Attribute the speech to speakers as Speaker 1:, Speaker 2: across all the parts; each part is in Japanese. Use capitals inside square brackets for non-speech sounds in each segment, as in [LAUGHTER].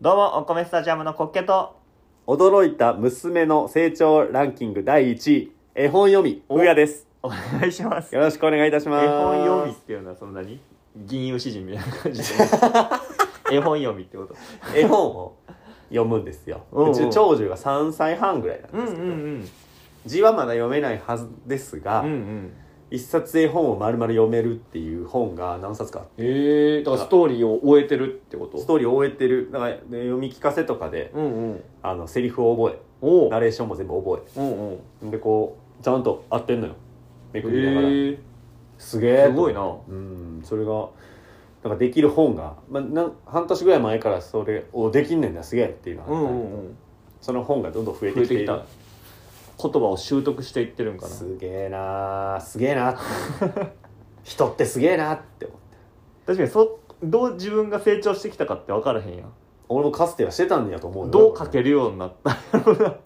Speaker 1: どうも、お米スタジアムのコッケと、
Speaker 2: 驚いた娘の成長ランキング第1位絵本読み
Speaker 1: お
Speaker 2: うやです
Speaker 1: お願いします。
Speaker 2: よ
Speaker 1: 絵
Speaker 2: ろしくお願いいたします
Speaker 1: 本読みっていうのはそんな [LAUGHS] に銀融詩人みたいな感じで。絵本読みってこと。
Speaker 2: み絵本を読むんですよ
Speaker 1: おうおう
Speaker 2: うち長女が3歳半ぐらいなんですけど、
Speaker 1: ん
Speaker 2: 字はまだ読めないはずですが、
Speaker 1: うんうん。
Speaker 2: 一冊絵本を丸々読めるっていう本が何冊かあって
Speaker 1: ええだ
Speaker 2: からス
Speaker 1: トーリーを終えてるってこ
Speaker 2: ストーリーを終えてるだからね読み聞かせとかで
Speaker 1: うんうん。
Speaker 2: あのセリフを覚
Speaker 1: お
Speaker 2: えナレーションも全部覚
Speaker 1: うんうん。
Speaker 2: えでこうちゃんと合ってんのよめくりながら、
Speaker 1: え
Speaker 2: すげえ
Speaker 1: すごいな
Speaker 2: うんそれがなんかできる本が、まあ、なん半年ぐらい前からそれをできんねんなすげえっていうのが
Speaker 1: う
Speaker 2: あ
Speaker 1: ん
Speaker 2: った
Speaker 1: うん
Speaker 2: やけど
Speaker 1: んうん。
Speaker 2: その本がどんどん増え
Speaker 1: 増
Speaker 2: て
Speaker 1: え
Speaker 2: きて
Speaker 1: て
Speaker 2: い
Speaker 1: きた。言葉を習得していってるんかな。
Speaker 2: すげえなーすげえなって人ってすげえなって思って
Speaker 1: 確かに、そ、どう自分が成長してきたかって分からへんやん。
Speaker 2: 俺もかつてはしてたんやと思うよ
Speaker 1: どう書けるようになった。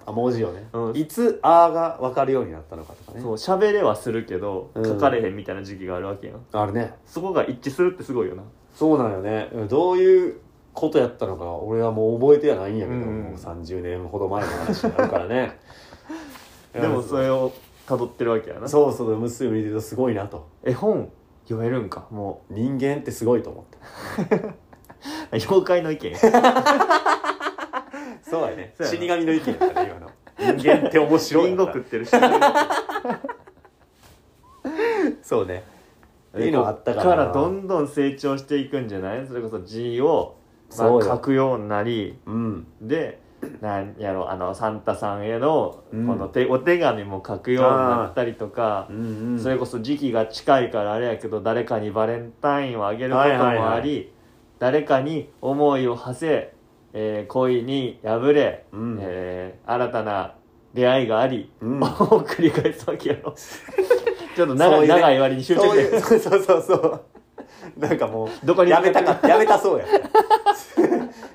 Speaker 2: あ文字をね、
Speaker 1: うん
Speaker 2: いつ「あ」が分かるようになったのかとかね
Speaker 1: そう、喋れはするけど、
Speaker 2: うん
Speaker 1: 書かれへんみたいな時期があるわけやん。
Speaker 2: あれね
Speaker 1: そこが一致するってすごいよな。
Speaker 2: そうなんよねどういうことやったのか俺はもう覚えてはないんやけど、
Speaker 1: うんうん
Speaker 2: もう30年ほど前の話になるからね
Speaker 1: [LAUGHS] でもそれを辿ってるわけやな
Speaker 2: そうそう娘を見てるとすごいなと
Speaker 1: 絵本読めるんかも
Speaker 2: 人間ってすごいと思って
Speaker 1: う妖怪の意見
Speaker 2: そうだよね
Speaker 1: そうやな
Speaker 2: 死神の意見だったね今の人間って面白い
Speaker 1: リンゴ食ってる人いる
Speaker 2: そうねっていうのがあったから
Speaker 1: こからどんどん成長していくんじゃないそれこそ字を、ま
Speaker 2: そう
Speaker 1: あ、
Speaker 2: よ
Speaker 1: 書くようになり
Speaker 2: うん
Speaker 1: でなんやろあのサンタさんへのこ
Speaker 2: うん
Speaker 1: の手、お手紙も書くようになったりとか
Speaker 2: う、んうん
Speaker 1: それこそ時期が近いからあれやけど誰かにバレンタインをあげることもあり、
Speaker 2: はいはいは
Speaker 1: 誰かに思いを馳せ、えー恋に破れ、
Speaker 2: うん
Speaker 1: えー新たな出会いがあり、
Speaker 2: うん
Speaker 1: [LAUGHS] を繰り返すわけや
Speaker 2: [LAUGHS]
Speaker 1: ろちょっと長
Speaker 2: そう
Speaker 1: い,、
Speaker 2: いうね
Speaker 1: 長い割に集中
Speaker 2: そう
Speaker 1: し
Speaker 2: い
Speaker 1: て
Speaker 2: うそうそうそうそうなんかもう
Speaker 1: どこに
Speaker 2: やめたかったやめた [LAUGHS] そうや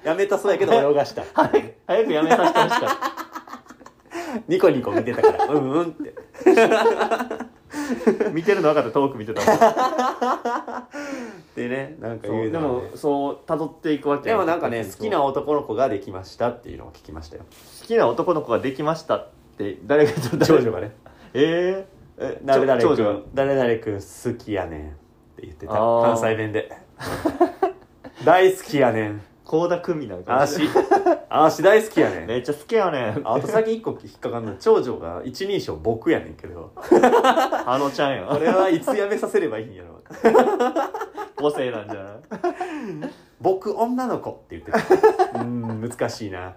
Speaker 2: やめたそうやけど泳がした
Speaker 1: 早くやめさせてほしかっ
Speaker 2: ニコニコ見てた [LAUGHS] からうんうんって
Speaker 1: た見てるの分かった遠く見てたもん
Speaker 2: でね [LAUGHS] なんか
Speaker 1: そ
Speaker 2: 言
Speaker 1: う
Speaker 2: う
Speaker 1: で
Speaker 2: のがね
Speaker 1: もそう辿っていくわけ
Speaker 2: で
Speaker 1: や
Speaker 2: もなんかね好きな
Speaker 1: 好
Speaker 2: 男の子ができましたっていうのを聞きましたよ
Speaker 1: きな男の子ができましたって誰が言った
Speaker 2: [LAUGHS] 長女がね
Speaker 1: えーえ
Speaker 2: 「誰々
Speaker 1: 長女
Speaker 2: 君誰々君好きやねん」って言ってた
Speaker 1: あー
Speaker 2: 関西弁で「大好きやねん
Speaker 1: 倖田來未なんか
Speaker 2: あーしあーし大好きやねん」
Speaker 1: めっちゃ好きやねん
Speaker 2: あと先一個引っかかんの長女が一人称僕やねんけど
Speaker 1: [LAUGHS] あのちゃんや
Speaker 2: これはいつやめさせればいいんやろ
Speaker 1: 個性なんじゃない
Speaker 2: 僕女の子って言ってたうーん難しいな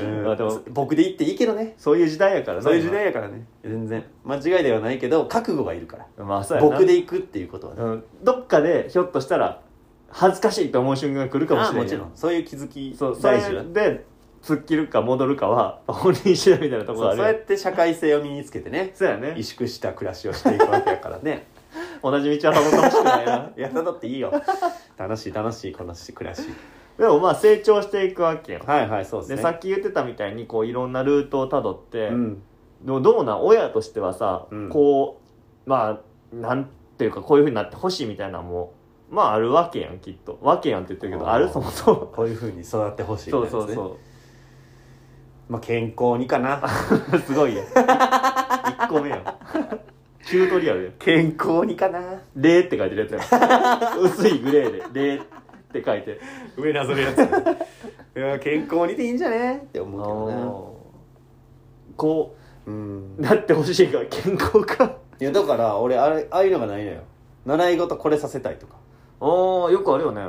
Speaker 2: うん
Speaker 1: まあでも
Speaker 2: 僕で言っていいけどね
Speaker 1: そういう時代やからな
Speaker 2: そういう時代やからね全然間違いではないけど覚悟がいるから
Speaker 1: 今まあそうやな
Speaker 2: 僕で行くっていうことはね
Speaker 1: うんどっかでひょっとしたら恥ずかしいと思う瞬間が来るかもしれな
Speaker 2: あー
Speaker 1: い
Speaker 2: もちろんそういう気づき
Speaker 1: そうそれ
Speaker 2: 大事だ
Speaker 1: で突っ切るか戻るかは [LAUGHS] 本人次第みたいなところ
Speaker 2: そ
Speaker 1: あ
Speaker 2: う
Speaker 1: る
Speaker 2: そうや
Speaker 1: や
Speaker 2: っ
Speaker 1: ん
Speaker 2: て社会性を身につけてね
Speaker 1: そうやね
Speaker 2: 萎縮した暮らしをしていくわけやから [LAUGHS] ね
Speaker 1: 同じ道はたどってほしくない
Speaker 2: [LAUGHS]
Speaker 1: な
Speaker 2: いやだっていいよ楽しい楽しいこのし暮らし
Speaker 1: でもまあ成長していくわけよ
Speaker 2: はいはいそうです
Speaker 1: で
Speaker 2: ね
Speaker 1: さっき言ってたみたいにこういろんなルートをたどって、
Speaker 2: うん
Speaker 1: でもどうなん親としてはさ、
Speaker 2: うん
Speaker 1: こうまあなんていうかこういうふうになってほしいみたいなのもまああるわけやんきっとわけやんって言ってるけど
Speaker 2: あー
Speaker 1: あるそもそも
Speaker 2: こういうふうに育ってほしいみた
Speaker 1: [LAUGHS]
Speaker 2: い
Speaker 1: そ
Speaker 2: な
Speaker 1: う
Speaker 2: やつね
Speaker 1: そうそ
Speaker 2: まあ健康にかな
Speaker 1: うすごいやん1個目やんチュートリアルやん
Speaker 2: 健康にかな
Speaker 1: 「レ」って書いてるやつ [LAUGHS] やん薄いグレーで「レ」って書いて
Speaker 2: 上なぞるや [LAUGHS] ついや健康にでいいんじゃねって思うけどね
Speaker 1: こ
Speaker 2: うん
Speaker 1: うなってほしいから健康か
Speaker 2: いやだから俺あれああいうのがないのよ習い事これさせたいとか
Speaker 1: ああよくあるよね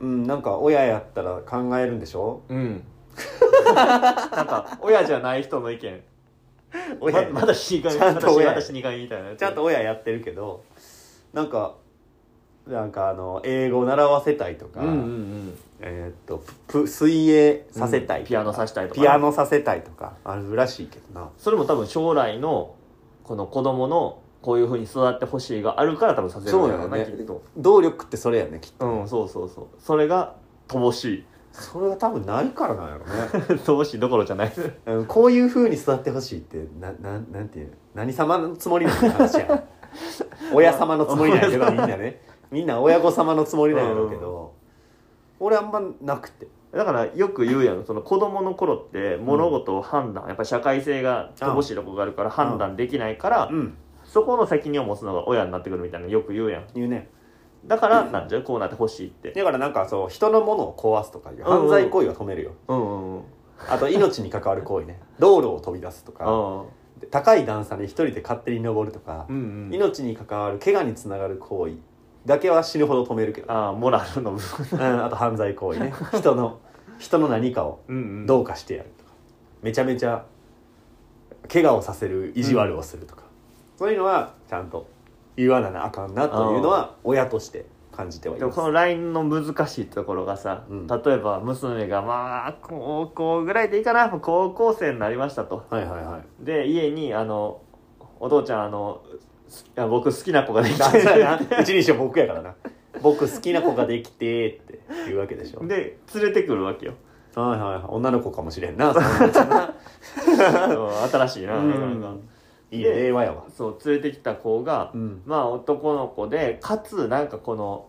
Speaker 2: うんなんか親やったら考えるんでしょ
Speaker 1: うん [LAUGHS] なんか親じゃない人の意見
Speaker 2: 親や
Speaker 1: ままだ死神
Speaker 2: ちゃんと親や
Speaker 1: 私2回みたいなやつ
Speaker 2: ちゃんと親やってるけどなんかなんかあの英語習わせたいとか、
Speaker 1: うんうんうん
Speaker 2: えーっとププ水泳させたいとか、
Speaker 1: ピアノさせたいとか
Speaker 2: ピアノさせたいとかあるらしいけどな
Speaker 1: それも多分将来のこの子供のこういうふうに育ってほしいがあるから多分させるんだろうな、
Speaker 2: そう
Speaker 1: き
Speaker 2: だよね
Speaker 1: っと
Speaker 2: 動力ってそれやねきっと
Speaker 1: うんそうそうそうそれが乏し
Speaker 2: それが多分ないからなんやろね
Speaker 1: い [LAUGHS] 乏しいどころじゃ [LAUGHS] ない
Speaker 2: うんこういう風に育ってほしいってなななんていう何様のつもりなんて話や
Speaker 1: [LAUGHS]
Speaker 2: ん親様のつもりなんやけどみんなねみんな親御様のつもりなんやろうけど俺あんまなくて
Speaker 1: だからよく言うやんその子供の頃って物事を判断、やっぱり社会性が乏しいとこがあるから判断できないから、
Speaker 2: うん
Speaker 1: そこの責任を持つのが親になってくるみたいなのよく言うやん
Speaker 2: 言うね
Speaker 1: だからなんじゃうこうなってほしいって
Speaker 2: だからなんかそう人のものを壊すとかいう
Speaker 1: うんうん
Speaker 2: 犯罪行為は止めるよ、
Speaker 1: うんうんうん
Speaker 2: あと命に関わる行為ね [LAUGHS] 道路を飛び出すとか、
Speaker 1: あ
Speaker 2: で高い段差に一人で勝手に登るとか
Speaker 1: ー、うんうん
Speaker 2: 命に関わる怪我につながる行為だけは死ぬほど止めるけど、
Speaker 1: ああモラルの部分
Speaker 2: うん、 [LAUGHS] あと犯罪行為ね人の人の何かを
Speaker 1: うんうん
Speaker 2: どうかしてやるとかめちゃめちゃ怪我をさせる意地悪をするとか、そういうのはちゃんと言わななあかんなというのは親として感じてはい
Speaker 1: で
Speaker 2: ま
Speaker 1: も
Speaker 2: す
Speaker 1: このラインの難しいところがさ、
Speaker 2: うん
Speaker 1: 例えば娘がまあ高校ぐらいでいいかなもう高校生になりましたと
Speaker 2: はいはいはい
Speaker 1: で家にあのお父ちゃんあのすいや僕好きな子ができ
Speaker 2: あそうや
Speaker 1: て
Speaker 2: なうちにして僕やからな僕好きな子ができてって言うわけでしょ
Speaker 1: で連れてくるわ
Speaker 2: [LAUGHS]
Speaker 1: けよ
Speaker 2: はいはいはい女の子かもしれ [LAUGHS] んなそんなやつな
Speaker 1: うん新しいな,、
Speaker 2: うんいいね
Speaker 1: で
Speaker 2: 令和やわ
Speaker 1: そう連れてきた子が、
Speaker 2: うん
Speaker 1: まあ男の子でかつなんかこの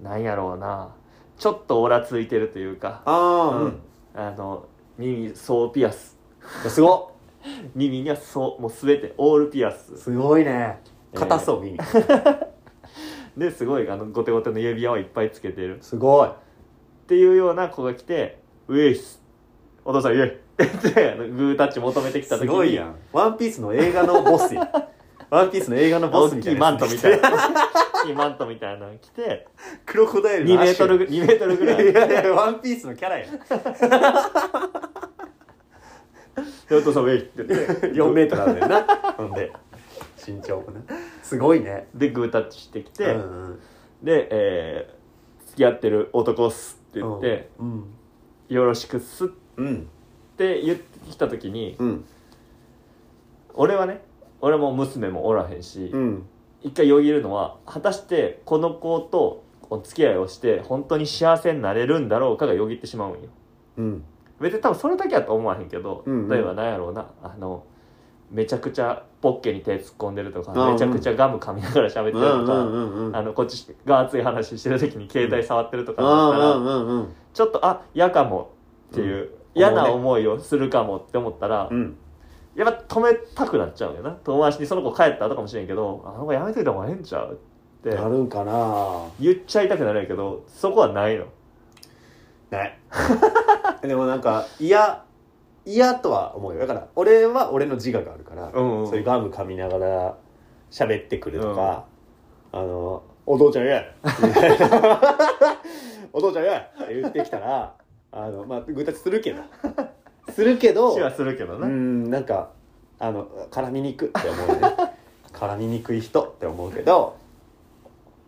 Speaker 1: なんやろうなちょっとオラついてるというか
Speaker 2: ああ
Speaker 1: う
Speaker 2: うんん
Speaker 1: あの耳総ピアス
Speaker 2: すご
Speaker 1: 耳にはそうもう全てオールピア
Speaker 2: っ
Speaker 1: ス
Speaker 2: すごいね
Speaker 1: えー
Speaker 2: 硬そう耳
Speaker 1: ですごいあのゴテゴテの指輪をいっぱいつけてるっ
Speaker 2: すごい
Speaker 1: ていうような子が来て「ウエスお父さんウエイ!」って言ってあのグータッチ求めてきた
Speaker 2: す
Speaker 1: 時
Speaker 2: ごい
Speaker 1: に
Speaker 2: やんワンピースの映画のボスやんワンピースの映画のボス
Speaker 1: 大
Speaker 2: み
Speaker 1: き
Speaker 2: たい
Speaker 1: い
Speaker 2: な
Speaker 1: マン
Speaker 2: やつ
Speaker 1: トみたいな大きいマントみたいなの着て
Speaker 2: クロコダイル
Speaker 1: 2メ
Speaker 2: の
Speaker 1: ー
Speaker 2: 亜
Speaker 1: ト
Speaker 2: 種
Speaker 1: ルぐ2メートルぐらい
Speaker 2: いやいやワンピースのキャラやん
Speaker 1: でお父さんウエイって言って
Speaker 2: 4メートルあるんだよなほんで身長もねすごいね
Speaker 1: でグータッチしてきて、
Speaker 2: うんうん
Speaker 1: で、えー付き合ってる男っす」って言って
Speaker 2: うん
Speaker 1: 「よろしくっす」っ
Speaker 2: うん
Speaker 1: て言ってきた時に
Speaker 2: うん
Speaker 1: 俺はね俺も娘もおらへんし、
Speaker 2: うん
Speaker 1: 一回よぎるのは果たしてこの子とお付き合いをして本当に幸せになれるんだろうかがよぎってしまうんよ
Speaker 2: うん
Speaker 1: 別に多分それだけやと思わへんけど、
Speaker 2: うんうん
Speaker 1: 例えば何やろうなあのめちゃくちゃポッケに手突っ込んでるとか
Speaker 2: ああ
Speaker 1: めちゃくちゃガム噛みながら喋ってる
Speaker 2: う
Speaker 1: と
Speaker 2: んうん
Speaker 1: か、
Speaker 2: うんうん
Speaker 1: あのこっちが熱い話してる時に携帯触ってるとかだったら、
Speaker 2: うんうんうん
Speaker 1: ちょっとあ嫌かもっていう、嫌な思いをするかもって思ったら、
Speaker 2: うん
Speaker 1: やっぱ止めたくなっちゃうよな友達にその子帰った後かもしれんけどあの子やめといた方がええんちゃうって
Speaker 2: なるんかな
Speaker 1: 言っちゃいたくなるんやけどそこはないの
Speaker 2: ないでもなんか嫌嫌とは思うよだから俺は俺の自我があるから、
Speaker 1: うんうん
Speaker 2: そういうガム噛みながら喋ってくるとか、あの「お父ちゃんや」お父ちゃんや」って言ってきたらあのまあグータッチするけどするけど
Speaker 1: 気はするけど
Speaker 2: う
Speaker 1: な、
Speaker 2: んなんかあの絡みにくって思
Speaker 1: [LAUGHS]
Speaker 2: うよね絡みにくい人って思うけど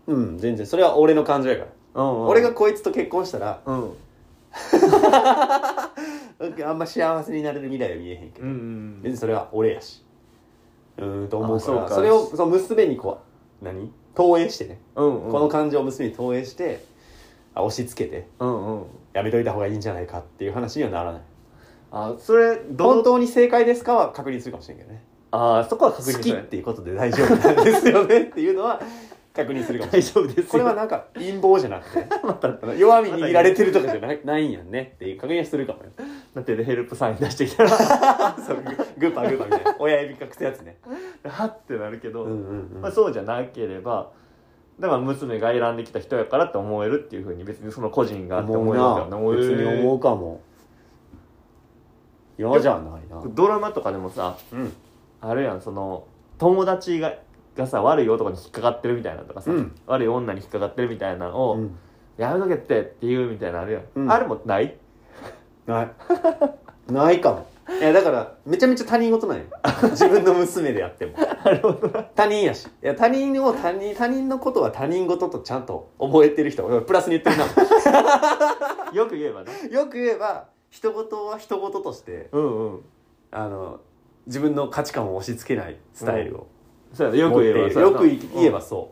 Speaker 2: うん全然それは俺の感情やから、
Speaker 1: うんうん
Speaker 2: 俺がこいつと結婚したら
Speaker 1: うんうん
Speaker 2: あんま幸せになれる未来は見えへんけ
Speaker 1: う
Speaker 2: ど、
Speaker 1: ん
Speaker 2: 別にそれは俺やしうーんと思うから
Speaker 1: あそう
Speaker 2: そ
Speaker 1: か
Speaker 2: れをその娘にこう何投影してね、
Speaker 1: うんうん
Speaker 2: この感情を娘に投影してあ押し付けて
Speaker 1: うんうん
Speaker 2: やめといた方がいいんじゃないかっていう話にはならない
Speaker 1: あそれど
Speaker 2: 本
Speaker 1: の
Speaker 2: 当に正解ですかは確認するかもしれんけどね
Speaker 1: あーそこは
Speaker 2: 好
Speaker 1: 確認
Speaker 2: き
Speaker 1: し
Speaker 2: っ
Speaker 1: ない
Speaker 2: ていうことで大丈夫なんですよねっていうのは確認するかもし
Speaker 1: 大
Speaker 2: れない
Speaker 1: 丈夫ですよ
Speaker 2: これはなんか陰謀じゃなく [LAUGHS] てあの弱み握られてるとかじゃ [LAUGHS] ないないんやんねっていう確認はするかもよ
Speaker 1: なんてでヘルプサイン出してきたら
Speaker 2: [LAUGHS] そうググーパーグーパーみたいな親指隠すやつね
Speaker 1: はってなるけど、
Speaker 2: [LAUGHS] うんうんうん
Speaker 1: まあ、そうじゃなければだから娘が選んできた人やからって思えるっていうふうに別にその個人がって
Speaker 2: 思
Speaker 1: 思えるわけはな
Speaker 2: うな別に思
Speaker 1: う
Speaker 2: うかも嫌じゃないな
Speaker 1: ドラマとかでもさ
Speaker 2: うん
Speaker 1: あるやんその友達ががさ悪い男に引っかかってるみたいなのとかさ、
Speaker 2: うん
Speaker 1: 悪い女に引っかかってるみたいなのを、
Speaker 2: うん
Speaker 1: やめとけってって言うみたいなのあるやん、
Speaker 2: うん
Speaker 1: あれもない
Speaker 2: ない [LAUGHS] ないかもいやだからめちゃめちゃ他人事なんよ自分の娘であっても他人やしいや他人を他人他人のことは他人事とちゃんと覚えてる人俺プラスに言ってるな
Speaker 1: よく言えばね
Speaker 2: よく言えば人事は人事として
Speaker 1: うんうん
Speaker 2: あの自分の価値観を押し付けないスタイルを、
Speaker 1: そうやなよく言え
Speaker 2: 持っ
Speaker 1: ば
Speaker 2: てい
Speaker 1: そ
Speaker 2: る
Speaker 1: うや
Speaker 2: よ
Speaker 1: な
Speaker 2: くい言えばそ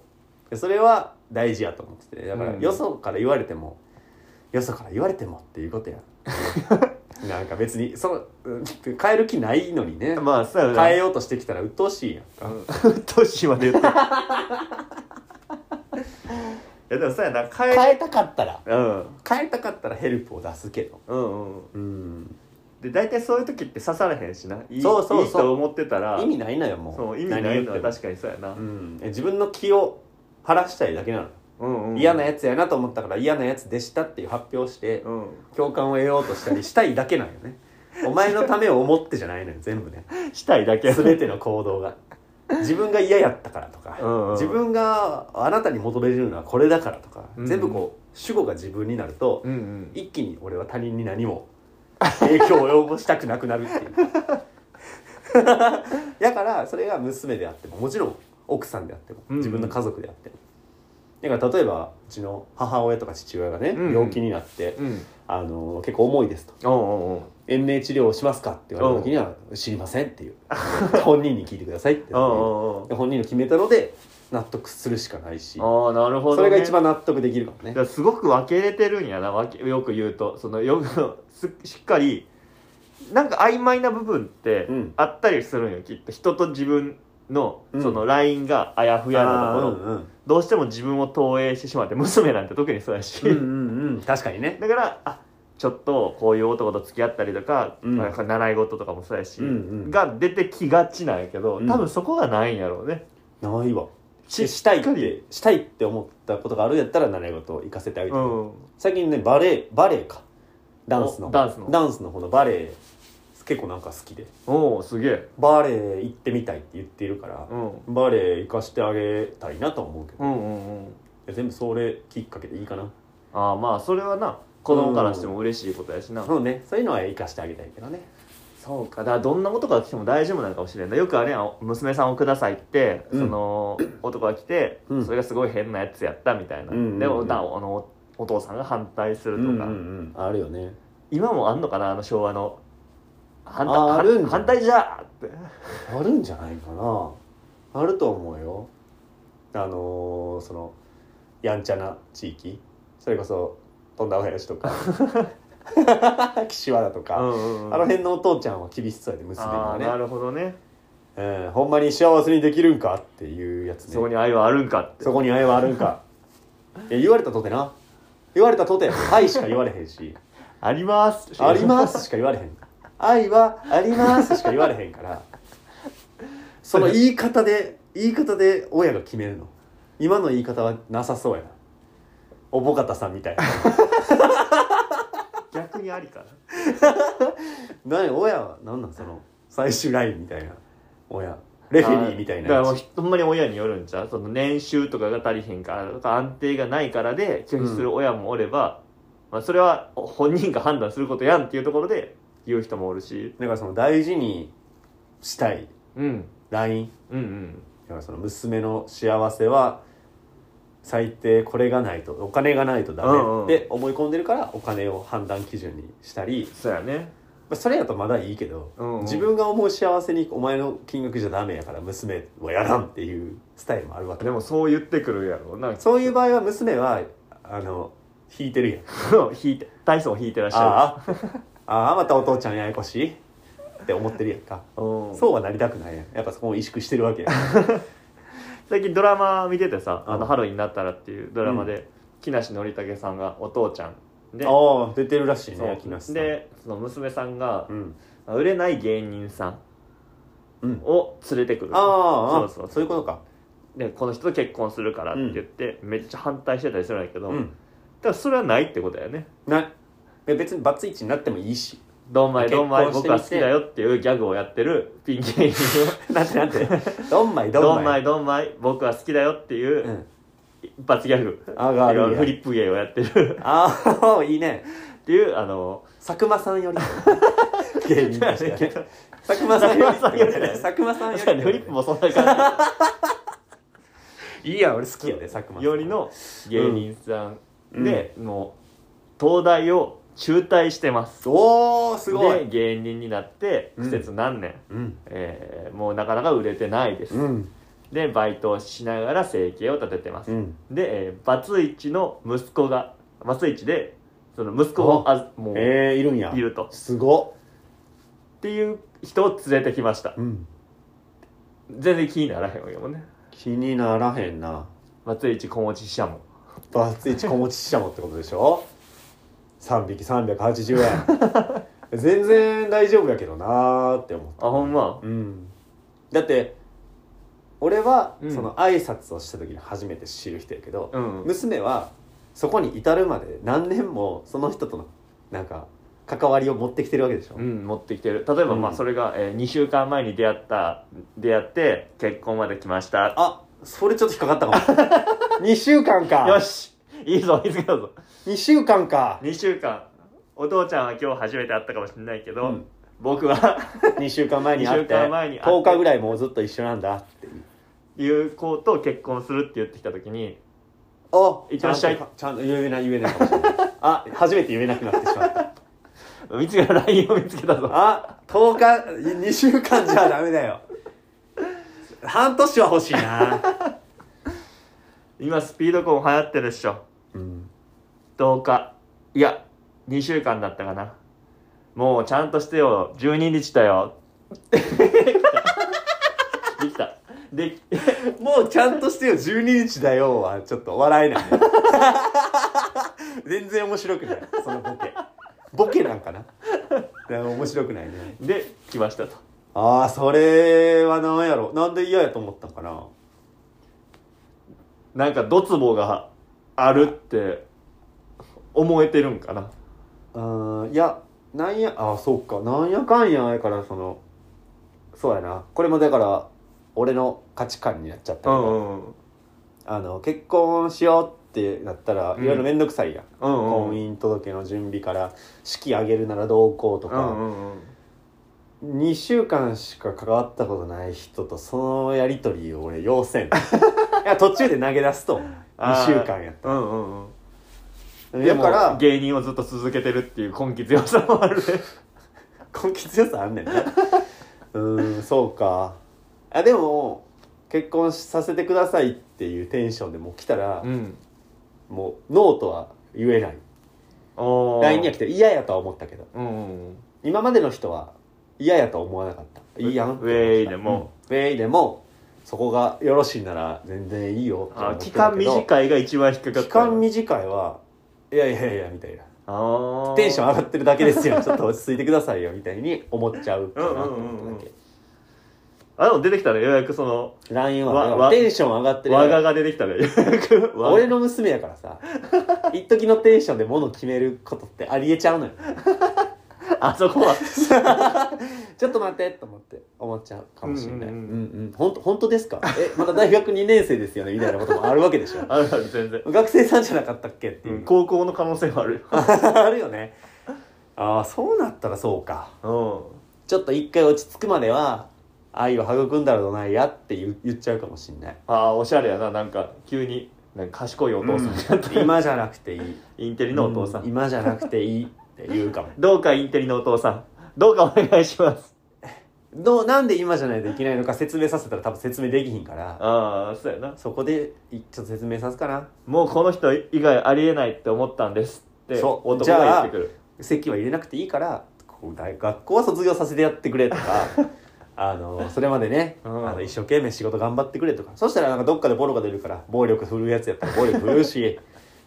Speaker 2: う、それは大事やと思っててだから、
Speaker 1: うん
Speaker 2: よそから言われてもよそから言われてもっていうことや [LAUGHS] なんか別にそのうん変える気ないのにね
Speaker 1: うんまあそうやな
Speaker 2: 変えようとしてきたら鬱
Speaker 1: [LAUGHS]
Speaker 2: 陶しいやん
Speaker 1: うんうっとうしいまで言ってやでもさやな変え
Speaker 2: 変えたかったら
Speaker 1: うん
Speaker 2: 変えたかったらヘルプを出すけど
Speaker 1: うんうん
Speaker 2: うん
Speaker 1: で大体そういう時って刺されへんしないい
Speaker 2: そうそ
Speaker 1: い
Speaker 2: うそう
Speaker 1: いと思ってたら
Speaker 2: 意味ないのよもう
Speaker 1: そう意味ないのは
Speaker 2: 何言って
Speaker 1: 確かにそうやな
Speaker 2: もうんえ自分の気を晴らしたいだけなの、
Speaker 1: うんうん
Speaker 2: 嫌なやつやなと思ったから嫌なやつでしたっていう発表をして
Speaker 1: うん
Speaker 2: 共感を得ようとしたりしたいだけなんよねお前のためを思ってじゃないのよ全部ね
Speaker 1: したいだけ
Speaker 2: 全ての行動が自分が嫌やったからとか、
Speaker 1: うんうん
Speaker 2: 自分があなたに求めるのはこれだからとか、
Speaker 1: うん
Speaker 2: 全部こう主語が自分になると、
Speaker 1: うんうん
Speaker 2: 一気に俺は他人に何も [LAUGHS] 影響を及ぼしたくなくなるっていう [LAUGHS] だからそれが娘であってももちろん奥さんであっても
Speaker 1: うん
Speaker 2: 自分の家族であっても、だから例えばうちの母親とか父親がね、
Speaker 1: うんうん
Speaker 2: 病気になって、
Speaker 1: うん
Speaker 2: あの結構重いですと
Speaker 1: おうおうおう
Speaker 2: 延命治療をしますかって言われた時には知りませんっていう本人に聞いてくださいって
Speaker 1: おうおうおう
Speaker 2: で本人の決めたので納得するしかないし、
Speaker 1: ああなるほど、ね、
Speaker 2: それが一番納得できるかも
Speaker 1: だ
Speaker 2: ね
Speaker 1: からすごく分けれてるんやな分けよく言うとそのよくすしっかりなんか曖昧な部分って
Speaker 2: うん
Speaker 1: あったりするんよきっと人と自分の
Speaker 2: うん
Speaker 1: そのラインがあやふやなところ、
Speaker 2: うんうん
Speaker 1: どうしても自分を投影してしまって娘なんて特にそうやし、
Speaker 2: うんうんうん確かにね
Speaker 1: [LAUGHS] だからあちょっとこういう男と付き合ったりとか、
Speaker 2: うん
Speaker 1: なんか習い事とかもそうやし、
Speaker 2: うんうん
Speaker 1: が出てきがちなんやけど
Speaker 2: うん
Speaker 1: 多分そこがないんやろうね、
Speaker 2: ないわ
Speaker 1: し
Speaker 2: ししたい
Speaker 1: し
Speaker 2: っ
Speaker 1: っかり
Speaker 2: てしたいって思ったことがあるんやったら習い事を行かせてあげて、
Speaker 1: うん、
Speaker 2: 最近ねバレエバレエかダンスの
Speaker 1: おダンスの
Speaker 2: ダンスの方のバレエ結構なんか好きで
Speaker 1: おおすげえ
Speaker 2: バレエ行ってみたいって言ってるから
Speaker 1: う、んうん
Speaker 2: バレエ行かしてあげたいなとは思うけど、
Speaker 1: うんうん
Speaker 2: いや全部それきっかけでいいかな
Speaker 1: ああまあそれはな子供からしても嬉しいことやしな、
Speaker 2: そうねそういうのは生かしてあげたいけどね
Speaker 1: そうかだからどんなことが来ても大丈夫なのかもしれないよくあれやん娘さんをくださいって、
Speaker 2: うん
Speaker 1: その男が来て、
Speaker 2: うん
Speaker 1: それがすごい変なやつやったみたいな、
Speaker 2: うんうんうん
Speaker 1: でもなあのお父さんが反対す
Speaker 2: う
Speaker 1: る
Speaker 2: ん
Speaker 1: と
Speaker 2: う
Speaker 1: か、
Speaker 2: んうんあるよね
Speaker 1: 今もあんのかなあの昭和の反対
Speaker 2: ああるんじゃん
Speaker 1: 反対じゃーって
Speaker 2: あるんじゃないかなあると思うよあのーそのやんちゃな地域それこそ富田林と [LAUGHS] か岸和田とか、あの辺のお父ちゃんは厳しそうやで娘に
Speaker 1: あ
Speaker 2: は
Speaker 1: あな
Speaker 2: ね、
Speaker 1: るほどね
Speaker 2: うん、ほんまに幸せにできるんかっていうやつね
Speaker 1: そこに愛はあるんかって
Speaker 2: そこに愛はあるん [LAUGHS] かいや言われたとてな言われたとて愛しか言われへんし
Speaker 1: あります
Speaker 2: ありますしか言われへん愛はありますしか言われへんからその言い方で言い方で親が決めるの今の言い方はなさそうやなおぼかたさんみたい
Speaker 1: 逆にありかな
Speaker 2: な何親は何なんその最終ラインみたいな親レフェリーみたいな
Speaker 1: だから
Speaker 2: や
Speaker 1: もう
Speaker 2: つ
Speaker 1: ほんまに親によるんちゃうその年収とかが足りへんからとか安定がないからで拒否する親もおれば、まあ、それは本人が判断することやんっていうところで言う人もおるし、
Speaker 2: だからその大事にしたい
Speaker 1: うん、
Speaker 2: ライン
Speaker 1: うんうん
Speaker 2: だからその娘の幸せは最低これがないとお金がないとダメって思い込んでるからお金を判断基準にしたり
Speaker 1: そうやね
Speaker 2: まあそれやとまだいいけど、
Speaker 1: うんうん
Speaker 2: 自分が思う幸せにお前の金額じゃダメやから娘はやらんっていうスタイルもあるわけ
Speaker 1: でもそう言ってくるやろうな
Speaker 2: そういう場合は娘はあの引いてるやん
Speaker 1: 引いて大層引いてらっしゃ
Speaker 2: ああああまたお父ちゃんややこしいって思ってるやんか
Speaker 1: るうん
Speaker 2: そうはなりたくないやんやっぱそこを萎縮してるわけやん
Speaker 1: 最近ドラマ見ててさ「
Speaker 2: うん
Speaker 1: あのハロウィンになったら」っていうドラマで、木梨憲武さんがお父ちゃんで
Speaker 2: ああ出てるらしい
Speaker 1: そう
Speaker 2: ね木梨さん
Speaker 1: でその娘さんが
Speaker 2: うん
Speaker 1: 売れない芸人さん
Speaker 2: うん
Speaker 1: を連れてくる
Speaker 2: ああああ
Speaker 1: そうそうそう
Speaker 2: そういうことか
Speaker 1: でこの人と結婚するからって言って、めっちゃ反対してたりするんだけど、
Speaker 2: う
Speaker 1: だ
Speaker 2: ん
Speaker 1: からそれはないってことだよね
Speaker 2: ないや別にバツイチになってもいいし [LAUGHS]
Speaker 1: 「どんまい
Speaker 2: 結
Speaker 1: ど
Speaker 2: 婚
Speaker 1: んまい
Speaker 2: してみて
Speaker 1: 僕は好きだよ」っていうギャグをやってるピン芸人
Speaker 2: なんてなんてどんまい
Speaker 1: を「
Speaker 2: [LAUGHS] ど
Speaker 1: ど
Speaker 2: ん
Speaker 1: ん
Speaker 2: ま
Speaker 1: ま
Speaker 2: い
Speaker 1: いどんまい僕は好きだよ」っていううん一発ギャグ、
Speaker 2: あがあるんや
Speaker 1: フリップ芸をやってる
Speaker 2: ああいいね
Speaker 1: っていうあの
Speaker 2: 佐久間さんより [LAUGHS] 芸人としてはね [LAUGHS] 佐久間さんより
Speaker 1: 佐久間さんよりね
Speaker 2: [LAUGHS] 佐久間さん
Speaker 1: 確
Speaker 2: よ
Speaker 1: か
Speaker 2: り
Speaker 1: にフリップもそん
Speaker 2: [LAUGHS]
Speaker 1: な感
Speaker 2: いいや俺好きやで佐久間さん
Speaker 1: じよりの芸人さ
Speaker 2: うん
Speaker 1: んで、もう東大を中退してます
Speaker 2: おおすご
Speaker 1: で
Speaker 2: い
Speaker 1: 芸人になって
Speaker 2: うん
Speaker 1: 苦節何年、
Speaker 2: うん
Speaker 1: えーもうなかなか売れてないです、
Speaker 2: うん
Speaker 1: でバイトをしながら生計を立ててます、
Speaker 2: うん
Speaker 1: で、えーバツイチの息子がバツイチでその息子をあもう、
Speaker 2: えー、いるんや
Speaker 1: いるとっ
Speaker 2: すご
Speaker 1: ていう人を連れてきました
Speaker 2: っうん
Speaker 1: 全然気にならへんわけもね
Speaker 2: 気にならへんな
Speaker 1: バツイチ子持ちしゃも
Speaker 2: バツイチ子持ちししゃもってことでしょ3匹380円 [LAUGHS] 全然大丈夫やけどなーって思った
Speaker 1: あほんま
Speaker 2: うんだって俺は
Speaker 1: うん
Speaker 2: その挨拶をした時に初めて知る人やけど、
Speaker 1: うん
Speaker 2: 娘はそこに至るまで何年もその人とのなんか関わりを持ってきてるわけでしょ、
Speaker 1: うん、持ってきてる例えば、
Speaker 2: うん
Speaker 1: まあそれが、えー、2週間前に出会った出会って結婚まで来ました
Speaker 2: あそれちょっと引っかかったかも2 [LAUGHS] 週間か
Speaker 1: よしいいぞいいぞいいぞ
Speaker 2: 2週間か、
Speaker 1: 2週間お父ちゃんは今日初めて会ったかもしれないけ
Speaker 2: う
Speaker 1: ど、
Speaker 2: ん、
Speaker 1: 僕は
Speaker 2: 2週間前に会って
Speaker 1: 二週間前に会って
Speaker 2: 10日ぐらいもうずっと一緒なんだっていう
Speaker 1: いう子と結婚するって言ってきた時に
Speaker 2: あ
Speaker 1: いってらっしゃい
Speaker 2: ちゃんとちゃんと言えない言えないかもしれない [LAUGHS] あ初めて言えなくなってしまった
Speaker 1: 見つけた LINE を見つけたぞ
Speaker 2: [LAUGHS] あ10日2週間じゃダメだよ半年は欲しいな、
Speaker 1: 今スピード婚流行ってるっしょ
Speaker 2: うん、
Speaker 1: 10日いや2週間だったかなもうちゃんとしてよ12日だよ [LAUGHS] できたできたでき
Speaker 2: もうちゃんとしてよ12日だよはちょっと笑えないね全然面白くないそのボケボケなんかなでも面白くないね
Speaker 1: で来ましたと
Speaker 2: ああそれはなんやろなんで嫌やと思ったんかな
Speaker 1: なんかドツボがあるって思えてるんかな
Speaker 2: うんいやなんやあそっかなんやかんやだからそのそうやなこれもだから俺の価値観になっちゃったけ
Speaker 1: う
Speaker 2: ど、
Speaker 1: んうん
Speaker 2: あの結婚しようってなったら
Speaker 1: うん
Speaker 2: いろいろ面倒くさいやん、
Speaker 1: うんうん
Speaker 2: 婚姻届の準備から式挙げるならどうこうと
Speaker 1: うんう
Speaker 2: か、
Speaker 1: んうん
Speaker 2: 2週間しか関わったことない人とそのやり取りを俺要せん
Speaker 1: [LAUGHS]
Speaker 2: いや途中で投げ出すと思う
Speaker 1: あ
Speaker 2: 2
Speaker 1: ー
Speaker 2: 週間やっ
Speaker 1: うんうんうん
Speaker 2: た
Speaker 1: で
Speaker 2: だ
Speaker 1: も
Speaker 2: から
Speaker 1: 芸人をずっと続けてるっていう根気強さもあるね
Speaker 2: 根気強さあん
Speaker 1: [LAUGHS]
Speaker 2: ねんなうーんそうかあでも結婚させてくださいっていうテンションでもう来たら、
Speaker 1: うん
Speaker 2: もうノーとは言えない
Speaker 1: おー
Speaker 2: LINE には来て嫌やとは思ったけど
Speaker 1: うんうんうん
Speaker 2: 今までの人は嫌やとは思わなかったいいやんって思ってた
Speaker 1: ウェイでも、
Speaker 2: うんウェイでもそこがよろしいなら全然いいよって思
Speaker 1: あ
Speaker 2: って
Speaker 1: 期
Speaker 2: た
Speaker 1: 間
Speaker 2: けど
Speaker 1: 短いが一番引っかかった
Speaker 2: 期間短いはいやいやいやみたいな
Speaker 1: ああ
Speaker 2: テンション
Speaker 1: ン
Speaker 2: 上がってるだけで
Speaker 1: [LAUGHS]
Speaker 2: すよちょっと落ち着いてくださいよみたいに思っちゃうかなと思っただけ
Speaker 1: あでも出てきたねようやくその
Speaker 2: LINE
Speaker 1: わ
Speaker 2: は
Speaker 1: わ
Speaker 2: ねテンション上がってる
Speaker 1: 和がが出てきたねようやく和
Speaker 2: 俺の娘やからさ一時のテンションで物決めることってありえちゃうのよ
Speaker 1: [LAUGHS] あそこは
Speaker 2: ちょっと待ってと思って思っちゃうかもしれない
Speaker 1: うんうんうん
Speaker 2: 本当本当ですかえまだ大学2年生ですよねみたいなこともあるわけでしょ
Speaker 1: あるある全然、
Speaker 2: 学生さんじゃなかったっけって
Speaker 1: う
Speaker 2: い
Speaker 1: ん、
Speaker 2: う、
Speaker 1: 高校の可能性はある
Speaker 2: [LAUGHS] あるよねああそうなったらそうか
Speaker 1: よ
Speaker 2: ちょっと一回落ち着くまでは愛を育んだらどないやって言う言っちゃうかもしんない
Speaker 1: うんああおしゃれやななんか急になんか賢いお父さんになった、
Speaker 2: 今じゃなくていい
Speaker 1: インテリのお父さん、
Speaker 2: うん今じゃなくていいって言うかも
Speaker 1: どうかインテリのお父さんどうかお願いします
Speaker 2: どうなんで今じゃないといけないのか説明させたら多分説明できひんから
Speaker 1: ああそうやな
Speaker 2: そこでいちょっと説明さすかな
Speaker 1: もうこの人以外ありえないって思ったんですって
Speaker 2: そう
Speaker 1: 男
Speaker 2: じ
Speaker 1: が
Speaker 2: ゃ
Speaker 1: 言
Speaker 2: あ
Speaker 1: ってくる
Speaker 2: 席は入れなくていいからこう大学校は卒業させてやってくれとか [LAUGHS] あのそれまでね、
Speaker 1: うん
Speaker 2: あの一生懸命仕事頑張ってくれとかそしたらなんかどっかでボロが出るから暴力振るうやつやったら暴力振るう [LAUGHS] し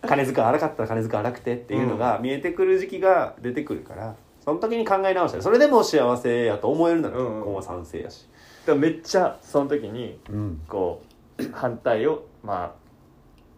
Speaker 2: 金遣い荒かったら金遣い荒くてっていうのが見えてくる時期が出てくるからその時に考え直したりそれでも幸せやと思えるなら
Speaker 1: うんうん
Speaker 2: 結婚は賛成やし、
Speaker 1: でもめっちゃその時に
Speaker 2: うん、
Speaker 1: こう反対をまあ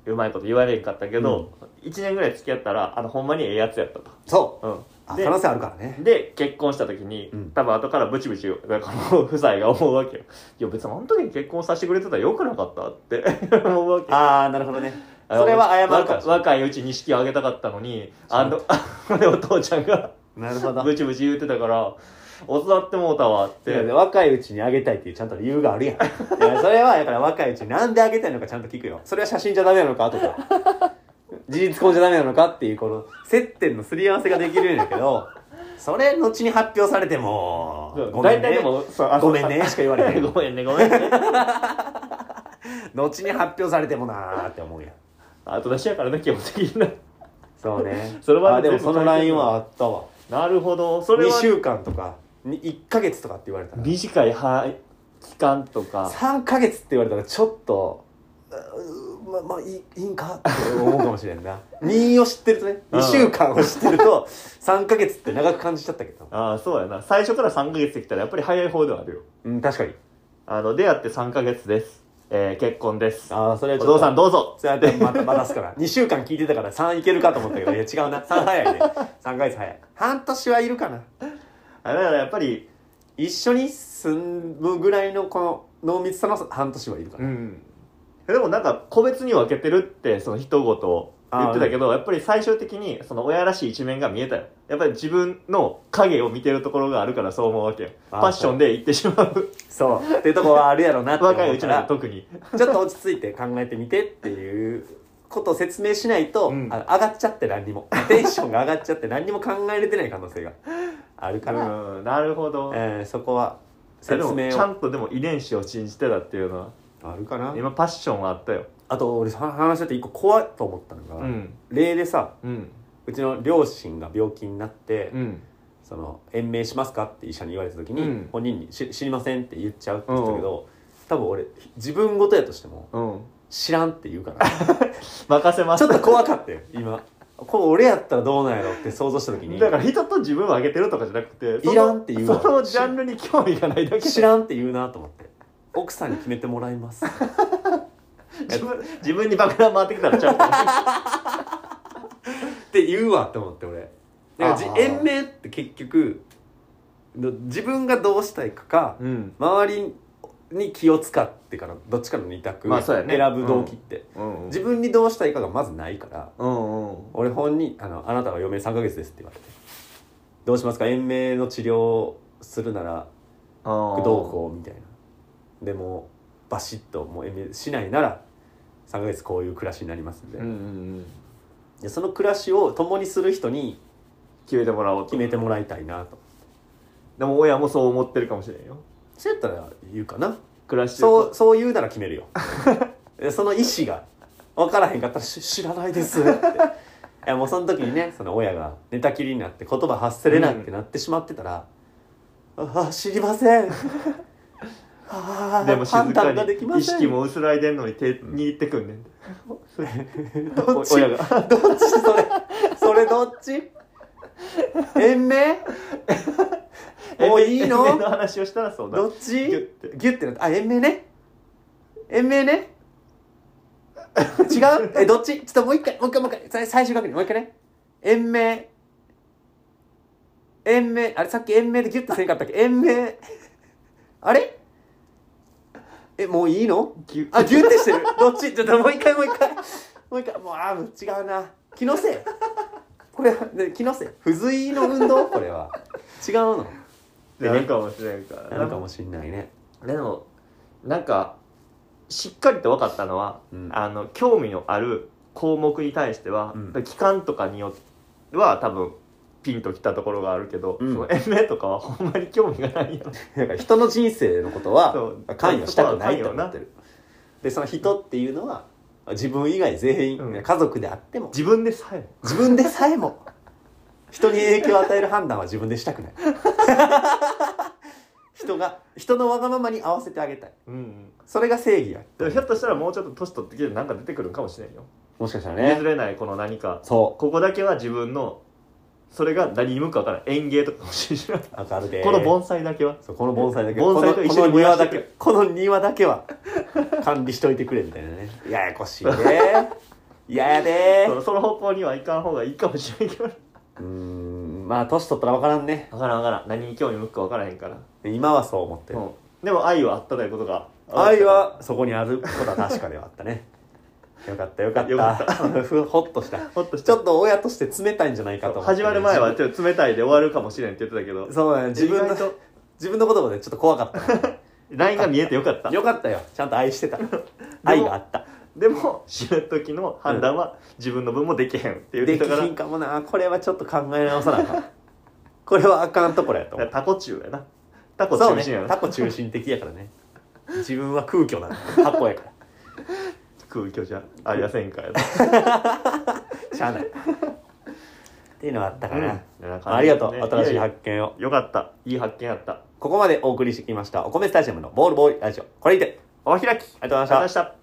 Speaker 1: うまいこと言われんかったけど、一1年ぐらい付き合ったらあのほんまにええやつやった
Speaker 2: そ
Speaker 1: と、
Speaker 2: うあ
Speaker 1: で
Speaker 2: 可能性あるからね
Speaker 1: うん、で結婚した時に、
Speaker 2: うん
Speaker 1: 多分後からブチブチなんかこの夫妻が思うわけよいや別にあの時に結婚させてくれてたらよくなかったって [LAUGHS] 思うわけ
Speaker 2: ああなるほどねそれは謝るかもしれない
Speaker 1: 若若いうちに式あげたかったのにあのお父ちゃんが
Speaker 2: なるほ
Speaker 1: ブチブチ言ってたから大人ってもうたわっ
Speaker 2: いや
Speaker 1: て
Speaker 2: 若いうちにあげたいっていうちゃんと理由がある
Speaker 1: [LAUGHS]
Speaker 2: やんいやそれはだから若いうちになんであげたいのかちゃんと聞くよそれは写真じゃダメなのかとか
Speaker 1: [LAUGHS]
Speaker 2: 事実婚じゃダメなのかっていうこの接点のすり合わせができるんやけどそれ後に発表されても
Speaker 1: そう
Speaker 2: ごめ
Speaker 1: 大
Speaker 2: ん
Speaker 1: 体
Speaker 2: ね
Speaker 1: でもそうあ
Speaker 2: ごめんねしか言われへ
Speaker 1: [LAUGHS]
Speaker 2: ん
Speaker 1: [LAUGHS] ごめんねごめんね
Speaker 2: [LAUGHS] 後に発表されてもなーって思うやん
Speaker 1: 後出しやからね基本的にな
Speaker 2: そうね
Speaker 1: [LAUGHS] それは
Speaker 2: あでもその
Speaker 1: 全部書いて
Speaker 2: LINE
Speaker 1: るわ
Speaker 2: はあったわ
Speaker 1: なるほどそれ
Speaker 2: 2
Speaker 1: は
Speaker 2: 週間とかに1ヶ月とかって言われたら
Speaker 1: 短いは期間とか
Speaker 2: 3ヶ月って言われたらちょっとうままあいいいいんかって思うかもしれ
Speaker 1: [LAUGHS]
Speaker 2: んな2を知ってるとね2週間を知ってると3か月って長く感じちゃったけど、
Speaker 1: ああそうやな最初から3ヶ月できたらやっぱり早い方ではあるよ
Speaker 2: うん、確かに
Speaker 1: あの出会って3ヶ月です、えー、結婚です
Speaker 2: ああそれ
Speaker 1: お
Speaker 2: は
Speaker 1: 父さん
Speaker 2: ど
Speaker 1: どうぞ
Speaker 2: そうやってまた待たすから2週間聞いてたから3いけるかと思ったけどいや違うな3早いね3ヶ月早い半年はいるかな
Speaker 1: あだからやっぱり
Speaker 2: 一緒に住むぐらいのこの濃密さの半年はいるかな、
Speaker 1: んでもなんか個別に分けてるってその一言言ってたけどやっぱり最終的にその親らしい一面が見えたよやっぱり自分の影を見てるところがあるからそう思うわけよフ
Speaker 2: あ
Speaker 1: ァ
Speaker 2: ー
Speaker 1: ッションで言ってしま
Speaker 2: [LAUGHS]
Speaker 1: う
Speaker 2: そうっていうとこはあるやろうなって思う
Speaker 1: 若
Speaker 2: から
Speaker 1: いうちなんて特に
Speaker 2: [LAUGHS] ちょっと落ち着いて考えてみてっていうことを説明しないと、
Speaker 1: うん
Speaker 2: あの上がっちゃって何にもテンションが上がっちゃって何にも考えれてない可能性があるから、
Speaker 1: うんなるほど
Speaker 2: えーそこは
Speaker 1: で
Speaker 2: 説
Speaker 1: も
Speaker 2: 明
Speaker 1: ちゃ
Speaker 2: を
Speaker 1: んとでも遺伝子を信じてたっていうのは
Speaker 2: あるかな
Speaker 1: 今パッションはあったよ
Speaker 2: あと俺は話し合って一個怖いと思ったのが、
Speaker 1: うん
Speaker 2: 例でさ
Speaker 1: うん
Speaker 2: うちの両親が病気になって、
Speaker 1: うん
Speaker 2: その延命しますかって医者に言われた時に、
Speaker 1: うん
Speaker 2: 本人にし知りませんって言っちゃうって言ったけど、多分俺自分ごとやとしても
Speaker 1: うん
Speaker 2: 知らんって言うから
Speaker 1: 任せま
Speaker 2: [LAUGHS] ち
Speaker 1: す
Speaker 2: ょっと怖かったよ今これ俺やったらどうなんやろって想像した時
Speaker 1: [LAUGHS]
Speaker 2: に
Speaker 1: だから人と自分をあげてるとかじゃなくてその
Speaker 2: いらんっていう
Speaker 1: そ
Speaker 2: わ
Speaker 1: のジャンルに興味がないだけ
Speaker 2: 知らんって言うなと思って奥さんに決めてもらいます
Speaker 1: [LAUGHS] 自分自分に爆弾回ってきたらちゃうと思う
Speaker 2: って言うわと思って俺だからじ
Speaker 1: あー
Speaker 2: 延命って結局の自分がどうしたいかか
Speaker 1: うん
Speaker 2: 周りに気を使ってからどっちかの二択
Speaker 1: まあそうや
Speaker 2: 選
Speaker 1: ね
Speaker 2: ぶ動機って、
Speaker 1: うん
Speaker 2: 自分にどうしたいかがまずないから
Speaker 1: うんうん
Speaker 2: 俺本人あの「あなたは余命3ヶ月です」って言われて「どうしますか延命の治療するなら
Speaker 1: あー
Speaker 2: どうこうみたいなでもバシッともう延命しないなら3ヶ月こういう暮らしになりますんで,、
Speaker 1: うんうんうん
Speaker 2: でその暮らしを共にする人に
Speaker 1: 決めてもらおうと
Speaker 2: 決めてもらいたいなと
Speaker 1: でも親もそう思ってるかもしれんよ
Speaker 2: そうやったら言うかな
Speaker 1: 暮らしてる
Speaker 2: そうそう言うなら決め
Speaker 1: [LAUGHS]
Speaker 2: るよでその意思が分からへんかったらし知らないですっていやもうその時にねその親が寝たきりになって言葉発せれないってなってしまってたら「ああ知りま
Speaker 1: [LAUGHS]
Speaker 2: せん」ああ
Speaker 1: でも静
Speaker 2: 判
Speaker 1: か
Speaker 2: 断ができま
Speaker 1: に
Speaker 2: せん
Speaker 1: 意識も薄らいでんのに手握ってくんねん
Speaker 2: [LAUGHS] どっち
Speaker 1: 親が
Speaker 2: どっち [LAUGHS] それそれどっち延命もうい
Speaker 1: [LAUGHS]
Speaker 2: い
Speaker 1: 延命の
Speaker 2: の
Speaker 1: 話をしたらそうだ
Speaker 2: どっち
Speaker 1: ギ
Speaker 2: ギ
Speaker 1: ュ
Speaker 2: ュ
Speaker 1: ッて
Speaker 2: ッてなってあ延命ね延命ね違うえどっちちょっともう一回もう一回もう一回さ最終確認もう一回ね延命延命あれさっき延命でギュッてせんかったっけ延命あれえもういいの
Speaker 1: ギュッ
Speaker 2: あ、ギュってしてる。どっちちょっともう一回もう一回。もう一回。もう、あー、違うな。気のせい。これは、ね、気のせい。不随の運動これは。違うの。
Speaker 1: てなるかもしれんから
Speaker 2: なのかもしんないね。
Speaker 1: でもなんかしっかりと分かったのは、
Speaker 2: うん
Speaker 1: あの興味のある項目に対しては、
Speaker 2: うん
Speaker 1: 期間とかによっては多分ピンときたところがあるけど、
Speaker 2: うん
Speaker 1: その延命とかはほんまに興味がないよ
Speaker 2: なんか人の人生のことは
Speaker 1: そう
Speaker 2: 関与したくないって思ってる。で、その人っていうのは、自分以外全員、
Speaker 1: うん
Speaker 2: 家族であっても、
Speaker 1: 自分でさえ
Speaker 2: 自分でさえも、人に影響を与える判断は自分でしたくない。 [LAUGHS] 人が、人のわがままに合わせてあげたい。
Speaker 1: も、うん
Speaker 2: それが正義や。
Speaker 1: でもひょっとしたらもうちょっと年取ってきてなんか出てくるんかもしれんよ、
Speaker 2: もしかしたら
Speaker 1: 譲
Speaker 2: ね。
Speaker 1: れないこの何か
Speaker 2: そ
Speaker 1: ここだけは自分のそれが何に向くか分からん園芸とかかもしれない、
Speaker 2: う。明るで。
Speaker 1: この盆栽だけは
Speaker 2: そうこの盆栽だけ。
Speaker 1: 盆栽と一緒に
Speaker 2: このこの庭だ
Speaker 1: 燃や
Speaker 2: け。この庭だけは管理しといてくれみたいなね。ややこしいね。ややで
Speaker 1: そ
Speaker 2: ー。
Speaker 1: のその方向にはいかん方がいいかもしれんけど
Speaker 2: うーん、まあ年取ったら分からんね。
Speaker 1: 分からん分からん何に興味向くか分からへんから
Speaker 2: 今はそう思ってる。
Speaker 1: うん、でも愛はあったということが
Speaker 2: 愛はそこにあることは確かではあったね。よかったよかった。
Speaker 1: よかっ
Speaker 2: [LAUGHS] ふほっとした。
Speaker 1: ほっとし
Speaker 2: ち
Speaker 1: た
Speaker 2: ょっと親として冷たいんじゃないかと思って、
Speaker 1: 始まる前はちょっと冷たいで終わるかもしれんって言ってたけど
Speaker 2: そうだね。自分
Speaker 1: 意
Speaker 2: の
Speaker 1: 外、と
Speaker 2: 自分の言葉でちょっと怖かったね、
Speaker 1: ラインが見えてよかった
Speaker 2: よかったよ。ちゃんと愛してた。愛があった。
Speaker 1: でも死ぬ時の判断は自分の分もできへんって言っ
Speaker 2: で
Speaker 1: て
Speaker 2: き
Speaker 1: たから
Speaker 2: ひんかもなこれはちょっと考え直さなあかんこれはあかんところやと思
Speaker 1: だ
Speaker 2: う
Speaker 1: からタコ中やなタコ
Speaker 2: そう
Speaker 1: 中心や
Speaker 2: ね
Speaker 1: な、
Speaker 2: タコ中心的やからね自分は空虚なんだタコやか
Speaker 1: 空虚じゃありませんから
Speaker 2: らしゃあないっていうのはあったかな、
Speaker 1: な
Speaker 2: ありがとう、新し
Speaker 1: や
Speaker 2: い
Speaker 1: や
Speaker 2: 発見を
Speaker 1: よかったいい発見あった
Speaker 2: ここまでお送りしてきましたお米スタジアムのボールボーイラジオこれにて
Speaker 1: お開きありがとう
Speaker 2: ありがとうございました
Speaker 1: した